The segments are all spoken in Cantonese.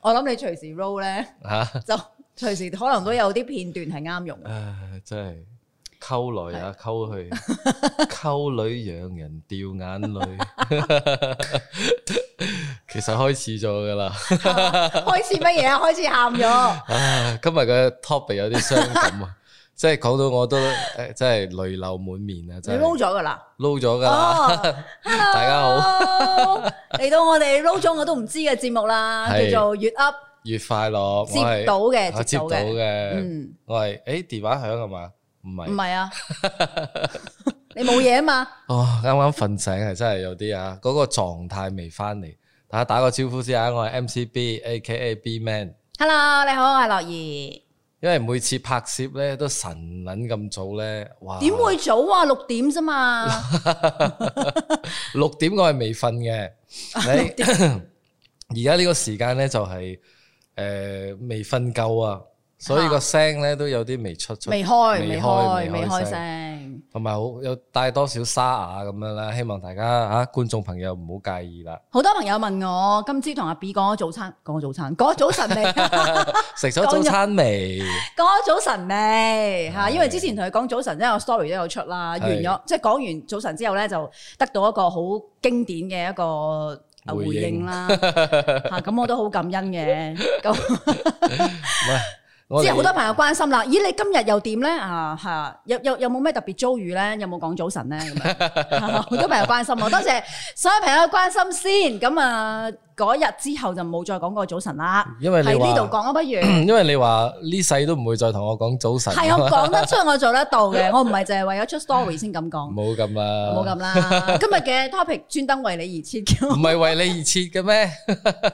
我諗你隨時 roll 咧，吓，就隨時可能都有啲片段係啱用 嘅。唉，真系溝來啊，溝去，溝女讓人掉眼淚。 其實開始咗噶啦，開始乜嘢啊？開始喊咗。啊，今日嘅 topic 有啲傷感啊， 即係講到我都誒，真係淚流滿面啊，你真 roll 係咗噶啦，撈咗噶啦。哦，大家 好，好，嚟到我哋 roll 咗我都唔知嘅節目啦，係叫做月 up 越快樂，我接係啊到嘅，我接到嘅，嘅，嗯，我係誒電話響係嘛？唔唔係，係 啊，你冇嘢啊嘛，哦，啱啱瞓醒係真係有啲啊，嗰個狀態未翻嚟，大家打個招呼先啊，我係 MCB A K A B Man。 Hello，你好，我係樂兒。因為每次拍攝咧都神撚咁早咧，哇！點會早啊？六點啫 嘛。六點我係未瞓 嘅，你 而家呢個時間咧就係、呃未瞓夠啊，所以個聲咧都有啲未出出，未開，未未開，開未未開開聲。同埋好有帶多少沙啞咁樣啦。希望大家啊觀眾朋友唔好介意啦。好多朋友問我，今朝同阿 B 講咗早餐，講咗早餐，講咗早晨未？講食咗早餐未？咗早晨未？嚇，係因為之前同佢講早晨，因為我 story 都有出啦，完係咗即係講完早晨之後咧，就得到一個好經典嘅一個呃回回應應 啦。嚇，咁我都好感恩嘅。咁 喂，我即係好哋多朋友關心啦。咦，你今日又點咧？啊，嚇，有有有冇咩特別遭遇咧？有冇講早晨咧？咁樣 好多朋友關心我，多謝所有朋友關心先。咁啊，嗰日之後就冇再講過早晨啦。因為喺你呢度話，講啊，不如 因為你話呢世都唔會再同我講早晨，係我講得出，我做得到 嘅。我唔係就係為咗出 story 先咁啊講，冇咁啦，冇咁啦。今日嘅 topic 專登為你而設唔嘅，係為你而設嘅咩？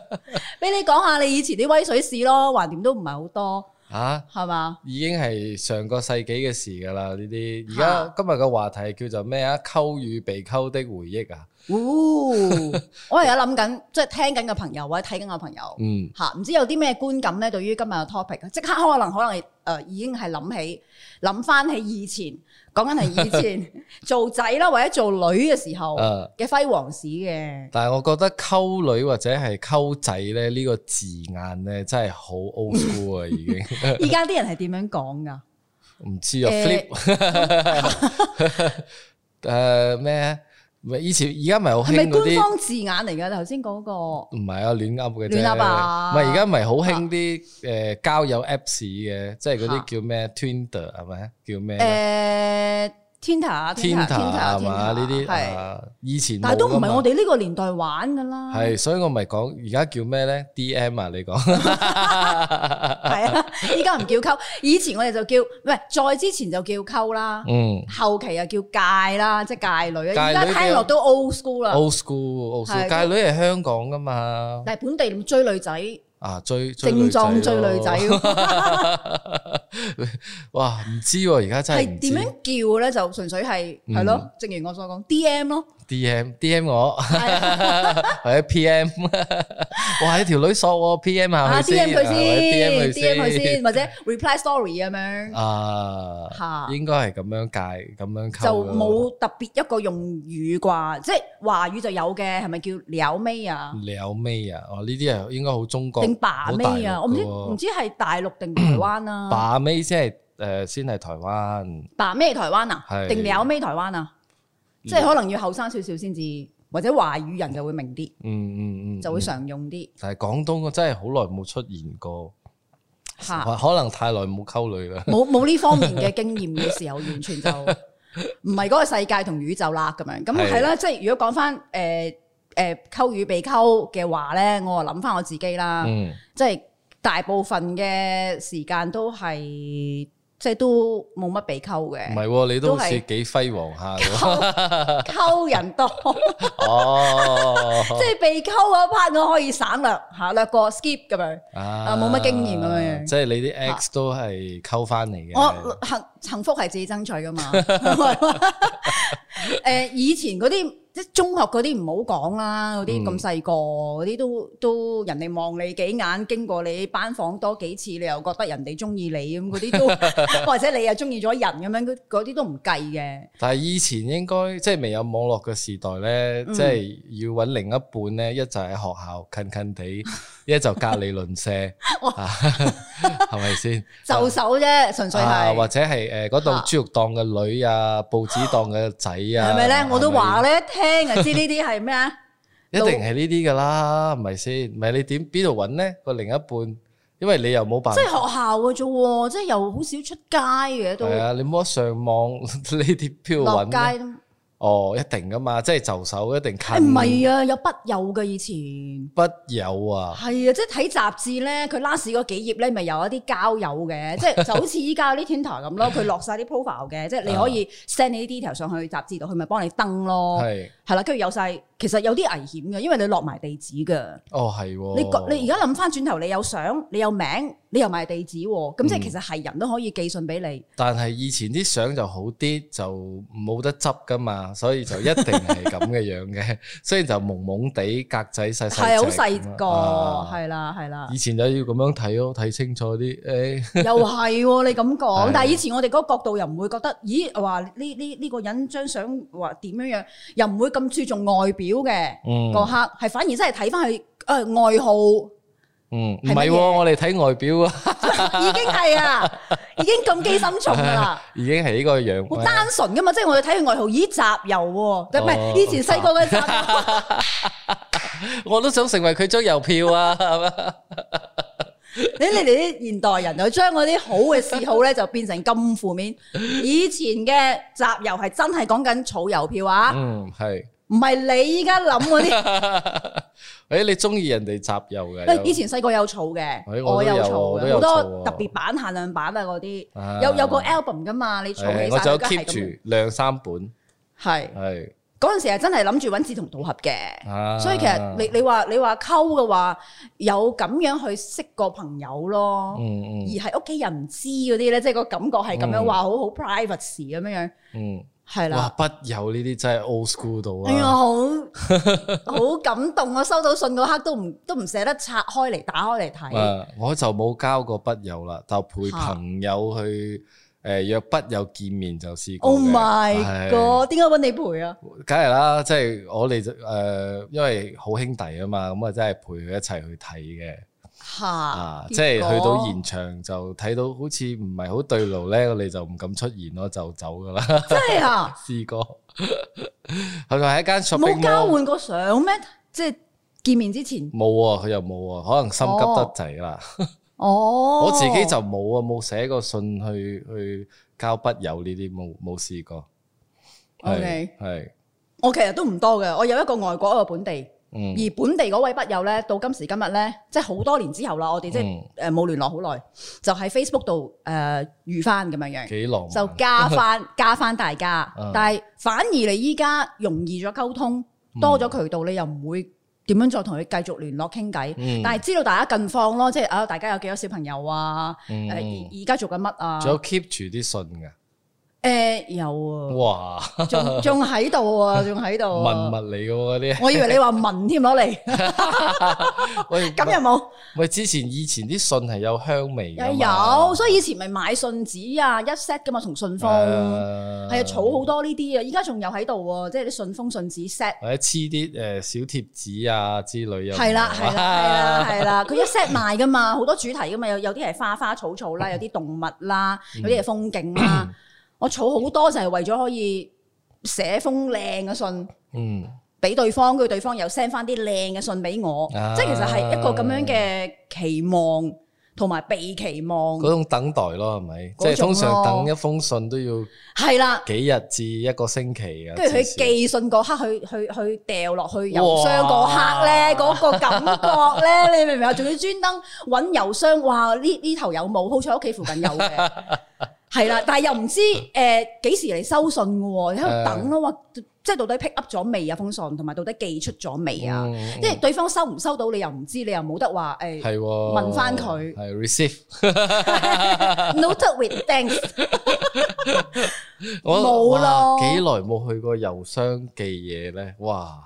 俾你講下你以前啲威水史咯，橫掂都唔係好多，啊！係嘛？已經係上個世紀嘅事㗎啦，呢啲而嚇家今日嘅話題叫做咩啊？溝與被溝的回憶啊，哦我而家諗緊，即係聽緊嘅朋友或者睇緊嘅朋友。嗯，嚇，唔知有啲咩觀感咧？對於今日嘅 topic，即刻可能可能誒、呃已經係諗起諗翻起以前講緊係以 前做仔啦，或者做女嘅時候啊嘅輝煌史 嘅。但係我覺得溝女或者係溝仔咧呢個字眼咧，真係好 old school 啊，已經依家啲人係點樣講㗎？唔知啊誒 flip 誒咩啊？咪以前而家咪好係咪興嗰官啲，方字眼嚟㗎？頭先嗰個唔係啊亂噏嘅亂啫，噏啊唔係而家咪好興啲誒交友 Apps 嘅，即係嗰啲叫咩 Tinder 係咪？叫咩咧？誒 Tinder、啊天 Tinder、塔係嘛？呢啲係，啊，以前但係都唔係我哋哋呢個年代玩㗎啦。係，所以我咪講而家叫咩咧？D.M 啊，你 講係啊，依家唔叫溝，以前我哋就叫唔係，再之前就叫溝啦。嗯後期又叫戒啦，即係戒女啊！而戒家女聽落都 old school 啦。 ，old school old 係 school，界女係香港噶嘛？但係本地追女仔，啊，追追正女仔裝咯追女 仔，哇！唔知嗯喎，而家真係係唔點樣知叫咧？就純粹係係咯，正如我所講，D M 咯， D.M D.M 我係啊或 者 P.M，哇！你條女索我 P.M 下啊佢 D M 佢先先，D M 啊或者佢，D.M 先，或者 reply story 咁樣，嚇啊，應該係咁樣界咁樣溝就咯冇特別一個用語啩，即係華語就有嘅，係咪叫撩妹啊？撩妹啊！哦，呢啲係應該好中國定把妹啊？我好大陸唔知㗎喎唔知係大陸定台灣啊？把妹先係誒，先係台灣，把咩台灣啊？係定撩咩台灣啊？即係可能要後生少少先至，或者華語人就會明啲，嗯嗯嗯，就會嗯。常用啲但係廣東我真係好耐冇出現過，嚇。可能太耐冇溝女啦。冇冇呢方面嘅經驗嘅時候，完全 就唔係嗰個世界同宇宙啦咁樣。咁係係啦，即係如果講翻誒誒溝與被溝嘅話咧，我就諗翻我自己啦，嗯，即係大部分嘅時間都係即係都冇乜被溝唔嘅，係喎，你都好都似係幾輝煌下 喎。 溝人多，哦，即係被溝嗰 part 我可以省略嚇略過 skip 咁樣。啊冇乜經驗咁樣即係你啲 ex 都係溝翻嚟嘅。 我幸幸福係自己爭取噶嘛。誒、以前嗰啲即即係中學嗰啲唔好講啦，嗰啲嗯咁細個嗰啲都都人哋望你幾眼，經過你班房多幾次，你又覺得人哋中意你咁嗰啲 都，或者你又中意咗人咁樣，嗰嗰啲都唔計嘅。但係以前應該即係未有網絡嘅時代咧，嗯即係要揾另一半咧，一就喺學校近 近地，一就隔離鄰舍，哇啊 係咪先？就手啫，純粹啊，或係。者係誒嗰度啊豬肉檔嘅女啊，報紙檔嘅仔啊，係咪咧？我都話咧，咧，一聽就知呢啲係咩 啊？一定係呢啲噶啦，唔係先？唔係你點邊度揾咧個另一半？因為你又冇辦即係法，學校嘅啫喎，即係又好少出街嘅都係啊，你冇得上網 呢啲邊度落揾呢街都。哦，一定噶嘛，即係就手一定近。誒唔係啊，有筆友嘅以前。不有啊，係啊，即係睇雜誌咧，佢 last 嗰幾頁咧，咪有一啲交友嘅， 即係就好似依家有啲 Tinder 咁咯，佢落晒啲 profile 嘅，即係你啊可以 send 你啲 detail 上去雜誌度，佢咪幫你登咯，係係啦，跟住有晒，其實有啲危險嘅，因為你落埋地址嘅，哦係喎。你覺你而家諗翻轉頭，你有相，你有名，你有埋地址喎，咁即嗯係其實係人都可以寄信俾你，但係以前啲相就好啲，就冇得執噶嘛，所以就一定係咁嘅樣嘅。 雖然就朦朦地格仔細細隻咁啊，係好細個，啊係啦係啦。以前就要咁樣睇咯，睇清楚啲。誒、 又係喎，你咁係啊講，但係以前我哋嗰個角度又唔會覺得，咦話呢呢呢個人張相話點樣樣，又唔會咁注重外表嘅嗯個客，係反而真係睇翻佢誒外號，嗯，唔係乜係嘢喎，我哋睇外表啊，已經係 啊，已經咁機心重噶啦。已經係呢啊個樣。啊好單純噶嘛，即係我哋睇佢外號，咦集郵喎，哦唔係以前細個嘅集郵，我都想成為佢張郵票 啊，係嘛？你你哋啲現代人就將嗰啲好嘅嗜好咧就變成咁負面。以前嘅集郵係真係講緊儲郵票啊，嗯，係。 唔係你依家諗嗰啲。誒，你中意人哋集郵喂嘅？，以前細個有儲嘅，啊哎我我都有有儲啊我都嘅，有好儲多啊特別版、限量版啊嗰啲，啊有有個 album 噶嘛，你儲誒起我晒就佢梗係 keep 咁。住兩三本，係係嗰陣時係真係諗住揾志同道合嘅，啊。所以其實你你話你話溝嘅話，有咁樣去識個朋友咯，嗯而嗯係屋企人唔知嗰啲咧，即係個感覺係咁樣嗯話好好 privacy 咁樣樣，嗯。係哇！啦。不有呢啲真係 old school 到哎呀，啊！好 好感動！我收到信嗰刻都唔都唔捨得拆開嚟打開嚟睇，啊我就冇交過筆友啦，就陪嚇朋友去誒約筆友見面就試過嘅。 Oh my 係 god！點解揾你陪啊？梗係啦，即係我哋就誒，因為好兄弟啊嘛，咁啊真係陪佢一齊去睇嘅嚇啊！即係去到現現，場就睇到好似唔係好對路咧，我哋就唔敢出現咯，就走噶啦。 真係啊！試過，佢就喺間 shopping 冇交 mall 換過相咩？即係見面之前，冇啊，佢又冇啊，可能心急得滯啦。哦，我自己就冇啊，冇寫過信去去交筆友呢啲，冇冇試過。係 OK 係我其實都唔多嘅，我有一個外國一個本地，嗯而本地嗰位筆友咧，到今時今日咧，即係好多年之後啦，我嗯哋即係誒冇聯絡好耐，就喺 Facebook 度誒遇翻咁樣樣。幾啊浪漫就加翻 加翻大家嗯，但係反而你依家容易咗溝通，嗯多咗渠道，你又唔會點樣再同佢繼續聯絡傾偈。嗯但係知道大家近況咯，即係啊，大家有幾多小朋友啊？嗯誒而而家做緊乜啊？仲有 keep 住啲信㗎，誒有哇！啊，仲仲喺度 啊，仲喺度文物啊。嚟嘅喎嗰 啲，我以為你話文添攞 嚟，喂咁又冇，喂，之前以前啲信係有香味㗎嘛，有，所以以前咪買信紙啊，一 set 噶嘛，同信封，係誒啊，儲好多呢啲啊，依家仲有喺度喎，即係啲信封、信紙 set。或者黐啲誒小貼紙啊之類又係 啦，唔係啦，係同啦，係啦，佢一 set 賣噶嘛，好多主題噶嘛，有有啲係花花草草 啦，有啲動物啦，嗯有啲係風景 啦。我儲好多就係為咗可以寫封靚嘅信嗯俾對方，跟住對方又 send 翻啲靚嘅信俾我，啊即係其實係一個咁樣嘅期望同埋被期望，嗰種等待咯，係咪？即嗰種咯係通常等一封信都要係啦。幾日至一個星期嘅，跟住佢至少寄信嗰刻，去去去掉落去郵箱嗰刻哇咧，嗰個感覺 咧，你明唔明啊？仲要專登揾郵箱，哇！呢呢頭有冇？好彩屋企附近有嘅，係啦，但係又唔知誒幾時嚟收信嘅喎，你喺度等咯，哇！即係到底 pick up 咗未啊封信，同埋到底寄出咗未啊？嗯嗯即係對方收唔收到，你又唔知，你又冇得話誒 係喎，問返佢係 receive， noted with thanks 我冇咯哇幾耐冇去過郵箱寄嘢咧？哇！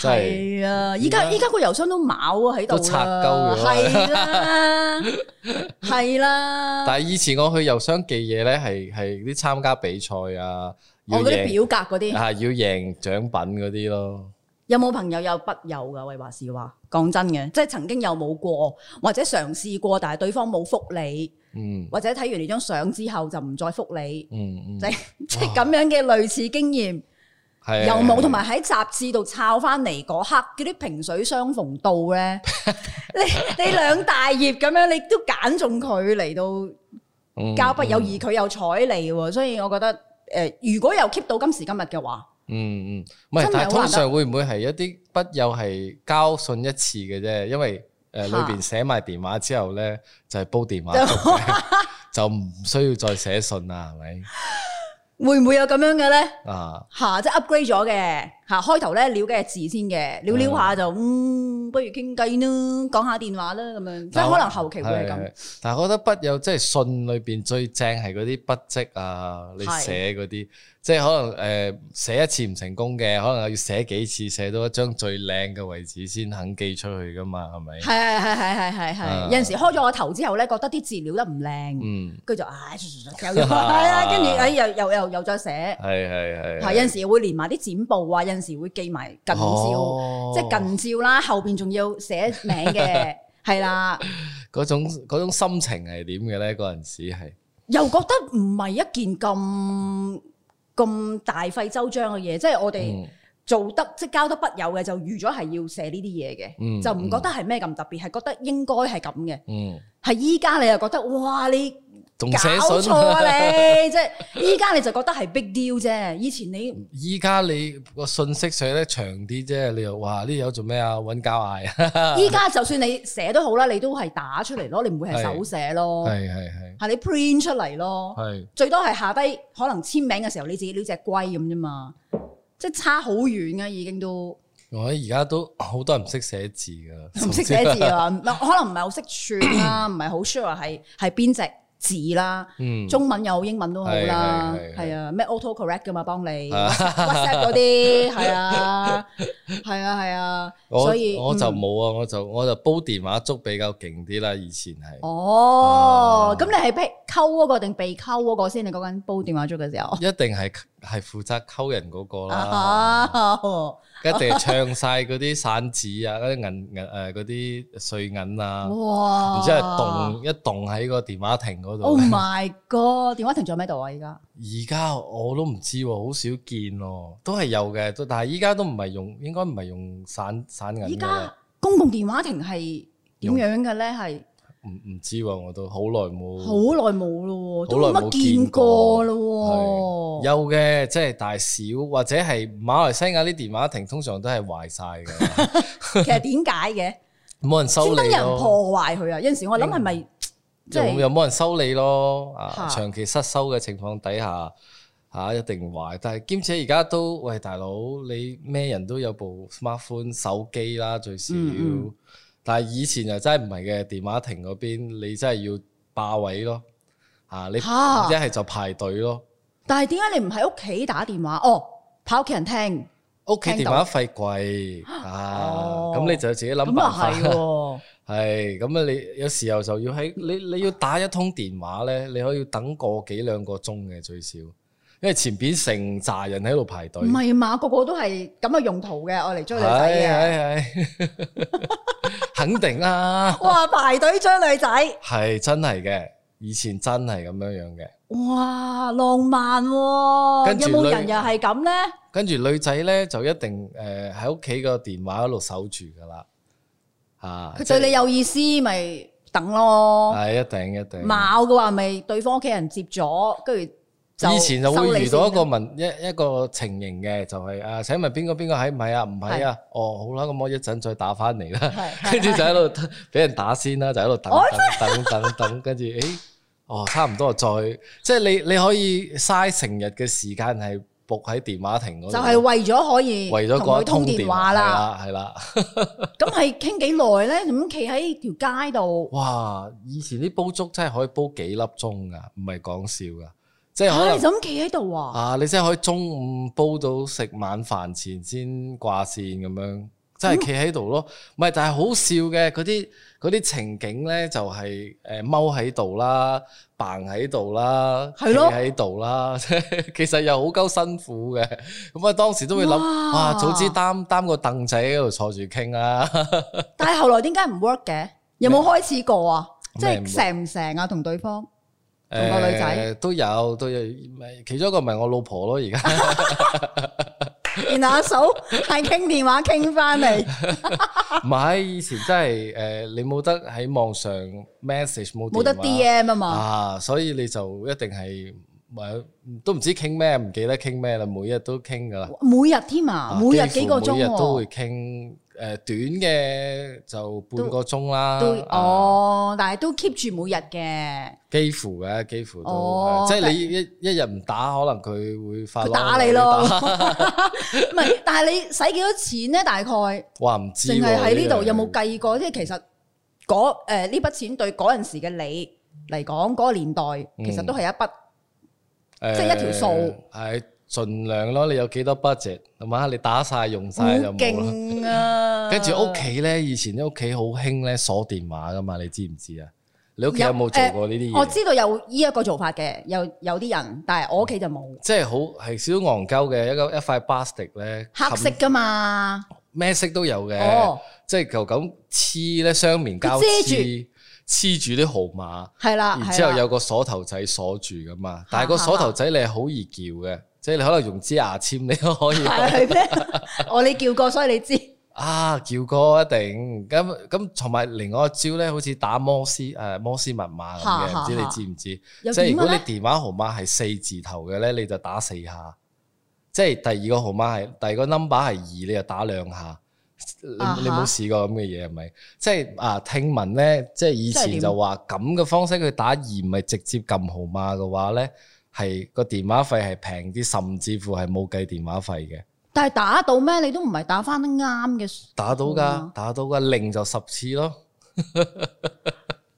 真係係啊，依家而家依家個郵箱都冇啊喺度啦，都拆鳩咗係啦， 係啦，但係以前我去郵箱寄嘢咧，係係啲參加比賽啊，我要嗰贏啲表格嗰啲。啊，要贏獎品嗰啲咯。有冇朋友有筆友噶？喂，話是話，講真嘅，即係曾經有冇過，或者嘗試過，但係對方冇覆你，嗯或者睇完你張相之後就唔再覆你，嗯嗯，即係即係咁樣嘅類似經驗係有係冇？同埋喺雜誌度抄翻嚟嗰刻，嗰啲萍水相逢到 咧，你你兩大頁咁樣，你都揀中佢嚟到嗯交筆友，而佢又睬你喎，所以我覺得誒、呃如果又 keep 到今時今日嘅話，嗯嗯，唔係真係，但係好通難得常會唔會係一啲筆友係交信一次嘅啫？因為誒裏嚇邊寫埋電話之後咧，就係煲電話就 粥嘅，就唔需要再寫信啦，係咪會唔會有咁樣嘅咧？啊？吓、即係 upgrade 咗嘅吓，開頭咧了解字先嘅，了了下就嗯，不如傾偈啦，講下電話啦咁樣，即係可能後期會係係咁。。但係我覺得筆友即係信裏邊最正係嗰啲筆跡啊，你係寫嗰啲，即係可能誒寫一次唔成功嘅，可能要寫幾次，寫到一張最靚嘅位置先肯寄出去噶嘛，係咪？係係係係係係啊，有陣時開咗個頭之後咧，覺得啲字潦得唔靚，嗯，跟住就唉，又要係啦，跟住唉又又又又再寫，係係係。係有陣時會連埋啲剪報啊，有陣時會寄埋近照，哦即係近照啦，後邊仲要寫名 嘅，係啦，嗰種嗰種心情係點嘅咧？嗰陣時係又覺得唔係一件咁咁大費周章嘅嘢，即係我哋。嗯做得即係交得筆友嘅，就預咗係要寫呢啲嘢嘅，嗯就唔覺得係咩咁特別，係覺得應該係咁嘅。嗯，係依家你又覺得哇你仲搞寫錯信。啊 你，即係依家你就覺得係 big deal 啫。以前你依家你個信息寫得長啲啫，你又話呢友做咩啊？揾交嗌啊？依家就算你寫都好啦，你都係打出嚟咯，你唔會係手寫咯，係係係係你 print 出嚟咯，係最多哦係下低可能簽名嘅時候你自己撩只龜咁啫嘛，即係差好遠嘅已經 都。我而家都好多人唔識寫字 㗎，唔識寫字啊，唔係可能唔係好識串 啦，唔係好 sure 係係邊隻字啦，嗯，中文又好，英文都好啦係係，係係係啊，咩 auto correct 噶嘛，幫 你啊 WhatsApp 嗰啲，係啊，係啊，係啊，我所以我就嗯冇啊，我就我就煲電話粥比較勁啲啦，以前係哦，啊咁你係被溝嗰個定被溝嗰個先？你講緊煲電話粥嘅時候一定係係負責溝人嗰個啦。啊，一定係唱晒嗰啲散紙啊，嗰啲銀銀誒嗰啲碎銀啊，哇，然之後動一動喺個電話亭嗰度。 ，Oh my god！電話亭仲喺度啊？而家而家我都唔知喎，好少見咯，都係有嘅，都但係依家都唔係用，應該唔係用散散銀依嘅家啦。公共電話亭係點樣嘅咧？係？唔唔知喎，我都好耐好冇。耐冇咯喎，都好耐冇冇乜見見過過咯喎。有嘅，即係大小或者係馬來西亞啲電話亭，通常都係壞晒嘅，其實點解嘅？冇人 收專登你有人咯，破壞佢啊！有陣時我諗係咪即又係又冇人收你咯。啊，嚇長期失收嘅情況底下，嚇、一定壞。但係兼且而家都喂大佬，你咩人都有部 smartphone 手機啦，最少。嗯但係以前就真係唔係嘅，電話亭嗰邊你真係要霸位咯，嚇、你一嚇係就排隊咯。但係點解你唔喺屋企打電話？哦，跑屋企人聽，屋企聽電到話費貴啊，哦咁你就自己諗咁辦啊法。係 喎。係，咁啊你有時候就要喺你你要打一通電話咧，你可以等個幾兩個鐘嘅最少，因為前邊成扎人喺度排隊。唔係嘛？個個都係咁嘅用途嘅，我嚟追女仔啊係係係肯定啦嘅。，哇！排隊追女仔，係真係嘅，以前真係咁樣樣嘅。哇！浪漫喎跟，有住冇女人又係咁咧？跟住女仔咧就一定誒喺屋企個電話嗰度守住㗎啦，啊！佢即係對你有意思，咪等咯。係一定一定。矛嘅話，咪對方屋企人接咗，跟住就以前就收會你遇到先啊一個 問一一個情形嘅，就係、啊，請問邊個邊個喺唔係啊？唔係啊，哦好啦，咁我一陣再打翻嚟啦，係 哦跟住就喺度俾人打先啦，就喺度等等等 等等，跟住誒哦差唔多再，即係你你可以嘥成日嘅時間係仆喺電話亭嗰度，就係為咗可以為咗同嗰佢一通通電電話話啦。啦，係啦，咁係傾幾耐咧？咁企喺條街度，哇！以前啲煲粥真係可以煲幾粒鐘噶，唔係講笑噶， 即係可嚇能你就咁企喺度啊？啊，你真係可以中午煲到食晚飯前先掛線嗯咁樣，真係企喺度咯。唔係，但係好笑嘅嗰啲嗰啲情景咧，就係誒踎喺度啦，扮喺度啦，企係咯喺度啦， 即係其實又好鳩辛苦嘅。咁啊，當時都會諗，哇哇，早知擔擔個凳仔喺度坐住傾啊啦。但係後來點解唔 work 嘅？有冇開始過啊？即咩唔係 work？成唔成啊？同對方同誒個女仔都有都有，咪其中一個咪我老婆咯，而家。然後阿嫂係傾電話傾翻嚟，唔係，以前真係誒、呃你冇得喺網上 message 冇冇得 電話 DM 啊嘛。啊，所以你就一定係誒都唔知傾咩，唔記得傾咩啦，每日都傾噶啦，每日添啊，啊每日幾幾乎個鐘每日都會喎，傾誒、呃短嘅就半個鐘啦，都啊哦，但係都 keep 住每日嘅，幾乎嘅，幾乎都，哦係即係你一一日唔打，可能佢會發佢嬲打你打咯。 唔係，但係你使幾多錢咧？大概？哇唔知淨係喺呢喎度有樣冇計嘢過？即係其實嗰誒呢筆錢對嗰陣時嘅你嚟講，嗰、個年代嗯其實都係一筆。誒即係一條數，係盡量咯。你有幾多 budget 係嘛？你打晒用好晒就冇啦。勁啊！跟住屋企咧，以前啲屋企好興咧鎖電話噶嘛，你知唔知啊？你屋企有冇做過呢啲我嘢？知道有呢一個做法嘅，有有啲人，但係我屋企就冇即係好係少戇鳩嘅一個一塊 plastic 咧，黑色冚噶嘛。咩色都有嘅，哦即係就咁黐咧雙面佢膠遮住黐黐住啲號碼。係啦，然之後係啦啊有個鎖頭仔鎖住噶嘛，但係個鎖頭仔你係好易撬嘅，即係你可能用支牙籤你都 可以係 咩？我你叫過，所以你知。啊，叫哥一定咁咁，同埋另外一招咧，好似打摩斯誒、摩斯密碼咁嚇嚇嘅，唔知你嚇知唔知？又即係如果點嘅你啊電話號碼係四字頭嘅咧，你就打四下；即係第二個號碼係第二個 number 係二，你就打兩下。你啊哈你冇試過咁嘅嘢係咪？即係啊，聽聞咧，即係以即係點前就話咁嘅方式去打二，唔係直接撳號碼嘅話咧，係個電話費係平啲，甚至乎係冇計電話費嘅。但係打到咩？你都唔係打翻得啱嘅。打到嗯噶，打到噶，零就十次咯，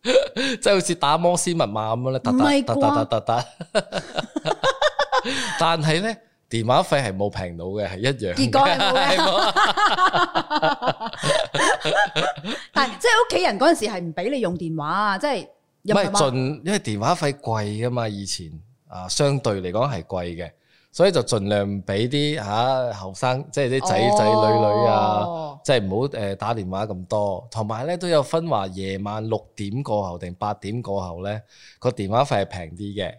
即係好似打摩斯密碼咁樣咧，突唔係突突突啩突突， 但係咧電話費係冇平到嘅，係一樣嘅。結果係冇嘅 係冇但係即係屋企人嗰陣時係唔俾你用電話啊，即係唔又係話盡，因為電話費貴噶嘛，以前啊相對嚟講係貴嘅，所以就盡量唔俾啲嚇後生，即係啲仔仔女女啊。哦即係唔好誒打電話咁多，同埋咧都有分話夜晚六點過後定八點過後咧個電話費係平啲係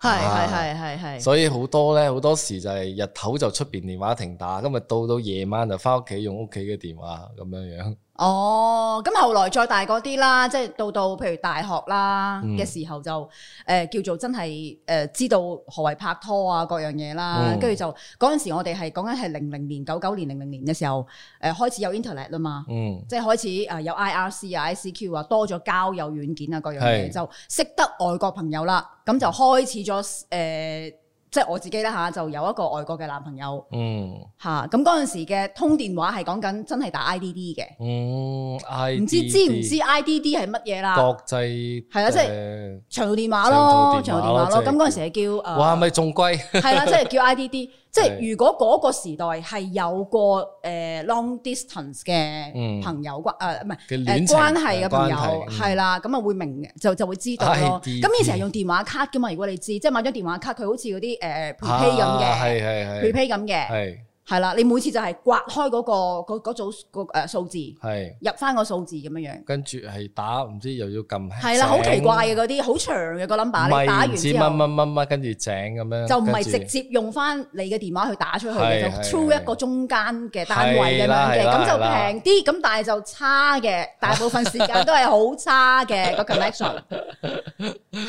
係啊係係係嘅，。所以好多咧好多時就係日頭就出邊電話停打，今日到到夜晚就翻屋企用屋企嘅電話咁樣樣。哦，咁後來再大嗰啲啦，即係到到譬如大學啦嗯嘅時候就誒、呃叫做真係誒、呃知道何謂拍拖啊各樣嘢啦，嗯跟住、就嗰陣時我哋係講緊係零零年、九九年、零零年嘅時候誒、呃、開始有 internet 啦嘛。嗯，即係開始誒有 IRC 啊、ICQ 啊，多咗交友軟件啊，各樣嘢係就識得外國朋友啦，咁就開始咗誒、呃即係我自己啦嚇，就有一個外國嘅男朋友嗯嚇，咁嗰陣時嘅通電話係講緊真係打 IDD 嘅。嗯，I 唔知知唔知 IDD 係乜嘢啦？國際係啊即係係長途電話咯，長長途電途電話話咯咯。咁嗰陣時係叫誒，啊哇咪仲貴，係啦，即係叫 IDD。即係係如果嗰個時代係有過誒 long distance 嘅嗯朋友關誒唔係誒嘅戀情關係嘅朋友關係嗯係啦，咁啊會明嘅就就會知道咯。 IDD 咁以前係用電話卡㗎嘛，如果你知，即係買張電話卡，佢好似嗰啲誒 prepay 咁啊嘅係係係 prepay 咁嘅係係啦，你每次就係刮開嗰個嗰嗰組個誒數字，係，入翻個數字咁樣樣。跟住係打唔知又要撳係啦，好奇怪啊嘅嘅。嗰啲，好長嘅個 number，啊咪你打完唔知之乜後乜乜乜，跟住井咁樣，就唔係跟住直接用翻你嘅電話去打出去嘅，係就係 through 係一個中間嘅單位咁係啦樣嘅，係啦咁就係啦平啲，咁但係就差 嘅，大部分時間都係好差嘅個 connection。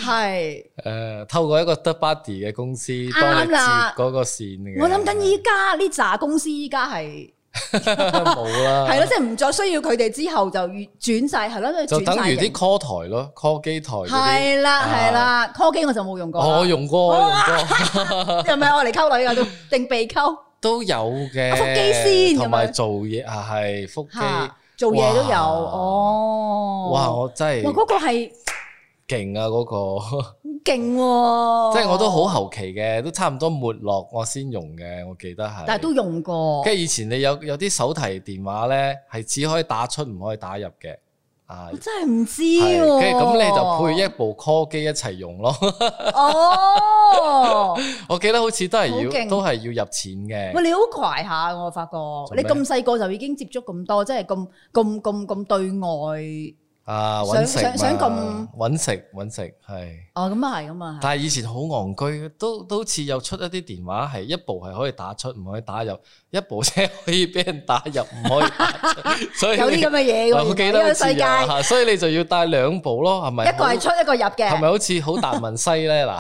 係，誒透過一個 third party 嘅公司啱幫你接啦嗰個線嘅。我諗緊依家呢扎公司依家係 冇啦， 係咯，即係唔再需要佢哋之後就越轉晒係咯，轉就等晒於啲型 call 台咯，call 機台嗰啲。係啦啊哦係啦，call 機我就冇用過啦， 我用過，我用過， 係咪我嚟溝女㗎啊都定被溝都有嘅。啊腹肌先咁樣同埋做嘢啊，係腹肌。嚇？做嘢都有哇哦。哇！我真哇！係嗰個係勁啊，嗰個 勁勁喎！即係我都好，後期嘅，都差唔多沒落我先用嘅，我記得係。但係都用過。跟住以前你有有啲手提電話咧，係只可以打出唔可以打入嘅，啊我，真係唔知係喎。跟住咁你就配一部 call 機一齊用咯。 哦，我記得好似都係好勁要都係要入錢嘅，喂，你好快下，我發覺咩你咁細個就已經接觸咁多，即係咁咁咁咁對外。啊想揾食想想嘛咁揾食揾食係。哦，咁啊係，咁啊係。但係以前好昂居，都都好似有出一啲電話係一部係可以打出，唔可以打入；一部車可以俾人打入，唔可以打出。所以有你啲咁嘅嘢嗱喎， 我記原得來呢好個似世有界嚇，所以你就要帶兩部咯，係咪好？一個係出一個入嘅。係咪好似好達文西咧？嗱，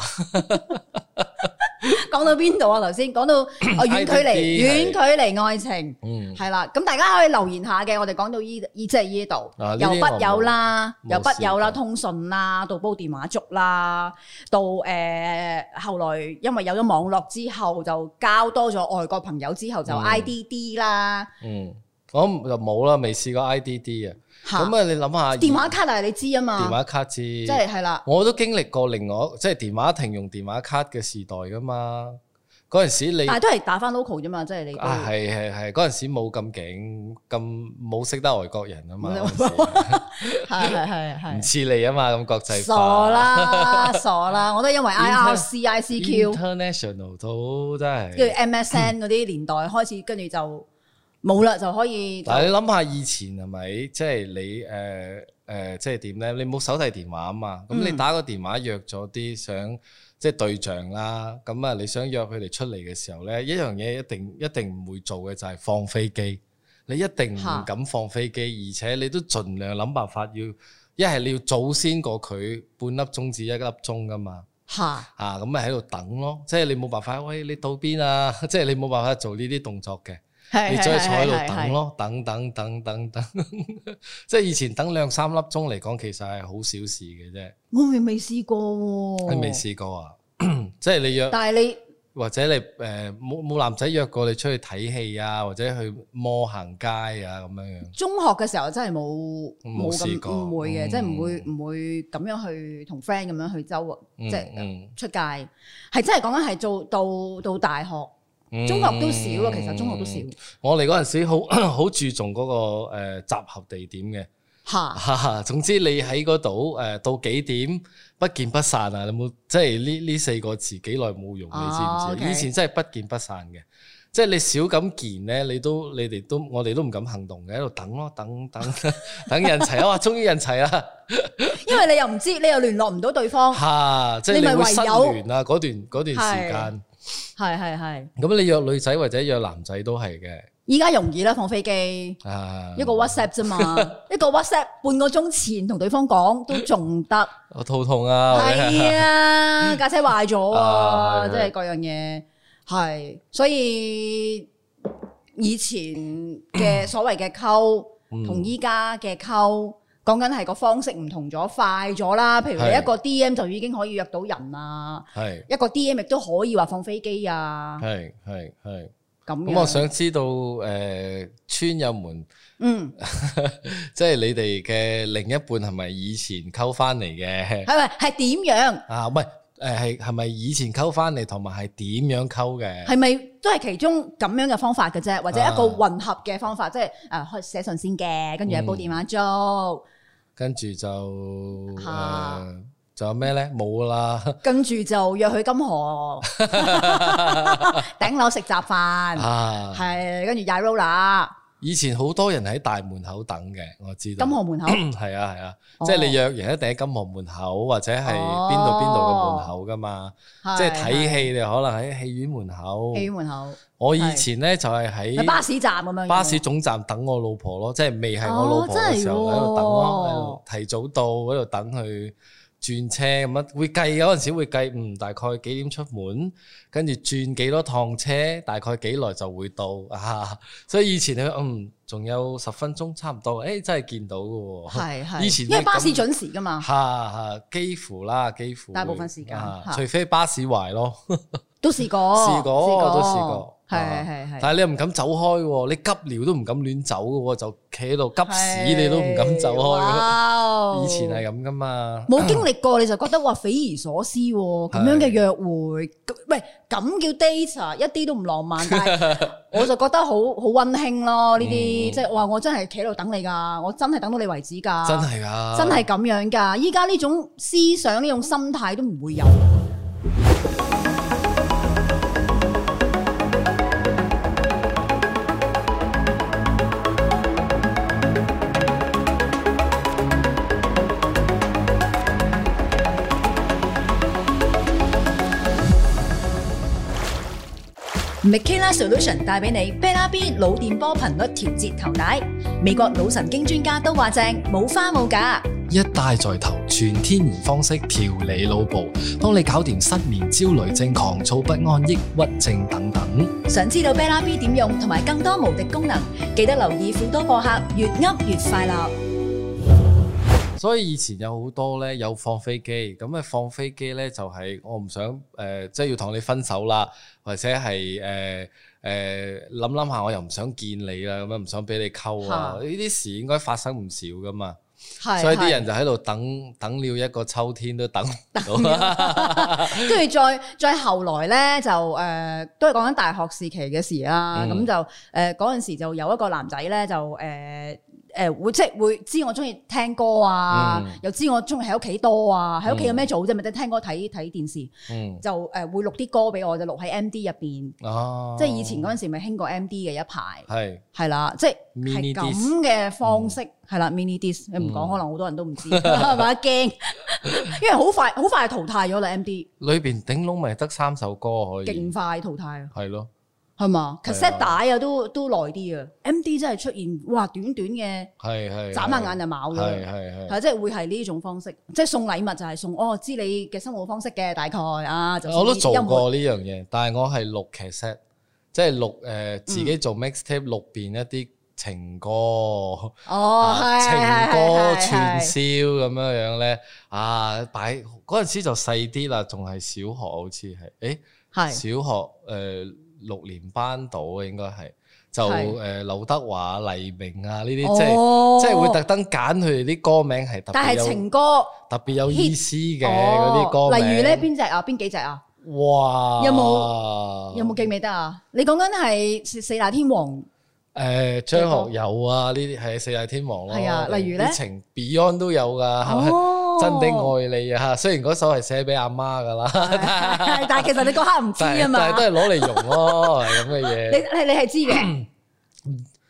講到邊度啊？頭先講到哦遠距 IDD 係離，遠距離愛情嗯，係啦。咁大家可以留言下嘅，我哋講到依依即係依度啊呢，啲由我冇筆友啦，冇由筆友啦，試過通訊啦，到煲電話粥啦，到誒後來因為有咗網絡之後，就交多咗外國朋友之後，就嗯 IDD 啦，嗯，我就冇啦，未試過 IDD 啊。嚇咁啊，你諗下電話卡但係你知啊電嘛，話卡知，即即係係啦，我都經歷過另外即係電話亭用電話卡嘅時代噶嘛。嗰陣時你但係都係打翻 local 啫嘛，即係你都啊，係係係，嗰陣時冇咁勁，咁冇識得外國人啊嘛，嗰陣係係係係時唔。似你啊嘛，咁國際 化傻啦，傻啦，我都因為 Inter- IRC、ICQ ，international 到跟真係。住 MSN 嗰啲年代開始，跟住就冇啦，就可以但係你諗下以前係咪，即係你誒誒，即係點咧？你冇手提電話啊嘛，咁你嗯打個電話約咗啲想即係對象啦，咁啊你想約佢哋出嚟嘅時候咧，一樣嘢一定一定唔會做嘅就係放飛機，你一定唔嚇敢放飛機，而且你都盡量諗辦法要。一係你要早先過佢半粒鐘至一粒鐘噶嘛，嚇啊咁咪喺度等咯，即係你冇辦法，喂你到邊啊？ 即係你冇辦法做呢啲動作嘅。係你再坐喺度係等咯，等等等等 等，即係以前等兩三粒鐘嚟講，其實係好小事嘅啫。我未未試過喎，你未，試過啊？ 即係你約但係或者你誒冇冇男仔約過你出去睇戲啊，或者去摸行街啊咁樣樣你。中學嘅時候真係冇冇冇咁試過唔會嗯嘅，即係唔會唔會咁樣去同 friend 咁樣去周嗯即係嗯出街，係真係講緊係做到到大學，嗯中學都少啊咯，其實中學都少我哋嗰陣時好 好注重嗰、個、呃、集合地點嘅。嚇 哈哈，總之你喺嗰度誒到幾點不見不散啊！你冇即係呢呢四個字幾耐冇用，你知唔知？啊哦，OK 以前真係不見不散嘅，即係你少咁見咧，你都你哋都我哋都唔敢行動嘅，喺度等咯，等等 等人齊啊！哇，終於人齊啦！因為你又唔知，你又聯絡唔到對方，嚇，即哦你係你咪會唯失有聯啊！嗰段嗰段時間，係係係。咁你約女仔或者約男仔都係嘅依家容易啦，放飛機啊！一個 WhatsApp 啫嘛，一個 WhatsApp 半個鐘前同對方講都仲得， 我肚痛啊！或者係啊，架車壞咗啊啊，係即係嗰樣嘢係，所以以前嘅所謂嘅溝嗯同依家嘅溝。講緊係個方式唔同咗，快咗啦。譬如你係一個 D.M 就已經可以約到人啊，係一個 D.M 亦都可以話放飛機啊，係係係。咁樣。咁我想知道誒村友們。嗯，即係你哋嘅另一半係咪以前溝翻嚟嘅？係咪係點樣？啊，唔係誒係係咪以前溝翻嚟，同埋係點樣溝嘅？係咪都係其中咁樣嘅方法嘅啫，或者一啊個混合嘅方法，即係誒可以寫信先嘅，跟住又煲電話粥，跟住就誒，仲、啊有咩咧？冇啦，跟住就約去金 河 頂樓食雜飯，啊！係跟住踩 roller 啦以前好多人喺大門口等嘅，我知道。金河 門口係啊係啊，哦即係你約人一定喺金河門口或者係邊度邊度嘅門口噶嘛，即係睇戲你可能喺戲院門口。戲院門口，我以前咧就係喺喺巴士站咁樣，巴士總站等我老婆咯，即係未係我老婆嘅時候哦喺度等咯真係喎，喺度提早到喺度等佢轉車咁樣，會計嗰陣時會計，嗯，大概幾點出門，跟住轉幾多趟車，大概幾耐就會到啊。 所以以前你嗯，仲有十分鐘差唔多，誒、真係見到嘅 喎。係係，以前會因為巴士咁準時噶嘛，嚇嚇，幾乎啦，幾乎大部分時間啊嚇除非巴士壞咯，哦都試過，試過我都試過，啊係係係。但係你又唔敢走開喎，你急尿都唔敢亂走嘅喎，就企喺度急屎你都唔敢走開嘅。開以前係咁噶嘛，冇經歷過，你就覺得哇匪夷所思喎，咁樣嘅約會，咁喂咁叫 date 啊，一啲都唔浪漫，但 係我就覺得好好温馨咯。呢啲嗯即係哇，我真係企喺度等你㗎，我真係等到你為止㗎，真係㗎，真係咁樣㗎。依家呢種思想呢種心態都唔會有。Mikela Solution 帶俾你 Bella B 腦電波頻率調節頭帶，美國腦神經專家都話正，冇花冇假。一帶在頭，全天然方式調理腦部，幫你搞掂失眠、焦慮症、狂躁不安、抑鬱症等等。想知道 Bella B 點用同埋更多無敵功能，記得留意富多播客，越噏越快樂。所以以前有好多咧有放飛機，咁啊放飛機咧就係、我唔想誒、呃即係要同你分手啦，或者係誒誒諗諗下我又唔想見你啦，咁啊樣唔想俾你溝啊，嚇呢啲事應該發生唔少噶嘛，係所以啲人就喺度等等了一個秋天都等唔到啊啊啦，跟住再再後來咧就誒、呃都係講緊大學時期嘅事啦。咁、嗯就誒呃嗰陣時就有一個男仔咧就誒。呃誒會即係會知我中意聽歌啊，嗯又知我中意喺屋企多啊，喺屋企有嗯咩做啫？咪即係聽歌睇睇電視， 嗯就誒、呃、會錄啲歌俾我，就錄喺 M D 入邊。哦，即係以前嗰陣時咪興過 M D 嘅一排，係係啦，即係 Mini 係嗯咁嘅方式，係啦，mini dis 你唔講可能好多人都唔知，係咪 驚？因為好快好快淘汰咗啦，M D 裏邊頂籠咪得三首歌可以勁，快淘汰啊，係咯，係嘛係啊？cassette 帶啊都都耐啲啊，M D 真係出現哇短短嘅係係啊眨下眼就冇係啊啦。係係。係即係會係呢種方式，即係送禮物就係送哦，知你嘅生活方式嘅大概啊，就送我都啲做音樂過呢樣嘢，但係我係錄 cassette，即係錄誒、呃自己做 mixtape 錄邊一啲情歌，哦，啊係情係歌係串係燒咁樣樣咧，啊擺嗰陣時就細啲啦，仲係小學好似係，誒、係小學誒、呃六年班到嘅應該係。就係誒、呃、劉德華、黎明啊呢啲，即係、哦即係會特登揀佢哋啲歌名係特但別係有情歌特別有意思嘅嗰哦啲歌名。例如咧邊只啊？邊幾隻啊？哇！有哦冇有冇記唔記得啊？你講緊係四四大天王誒張學友啊，呢啲係四大天王咯。係啊例如呢啲情 Beyond 都有噶，啊係咪哦真的愛你啊！雖然嗰首係寫俾阿媽噶 啦，係 但係其實你嗰刻唔知但啊係 但係嗯嘛都，係攞嚟 用咯，係咁嘅你嘢。你你係知嘅，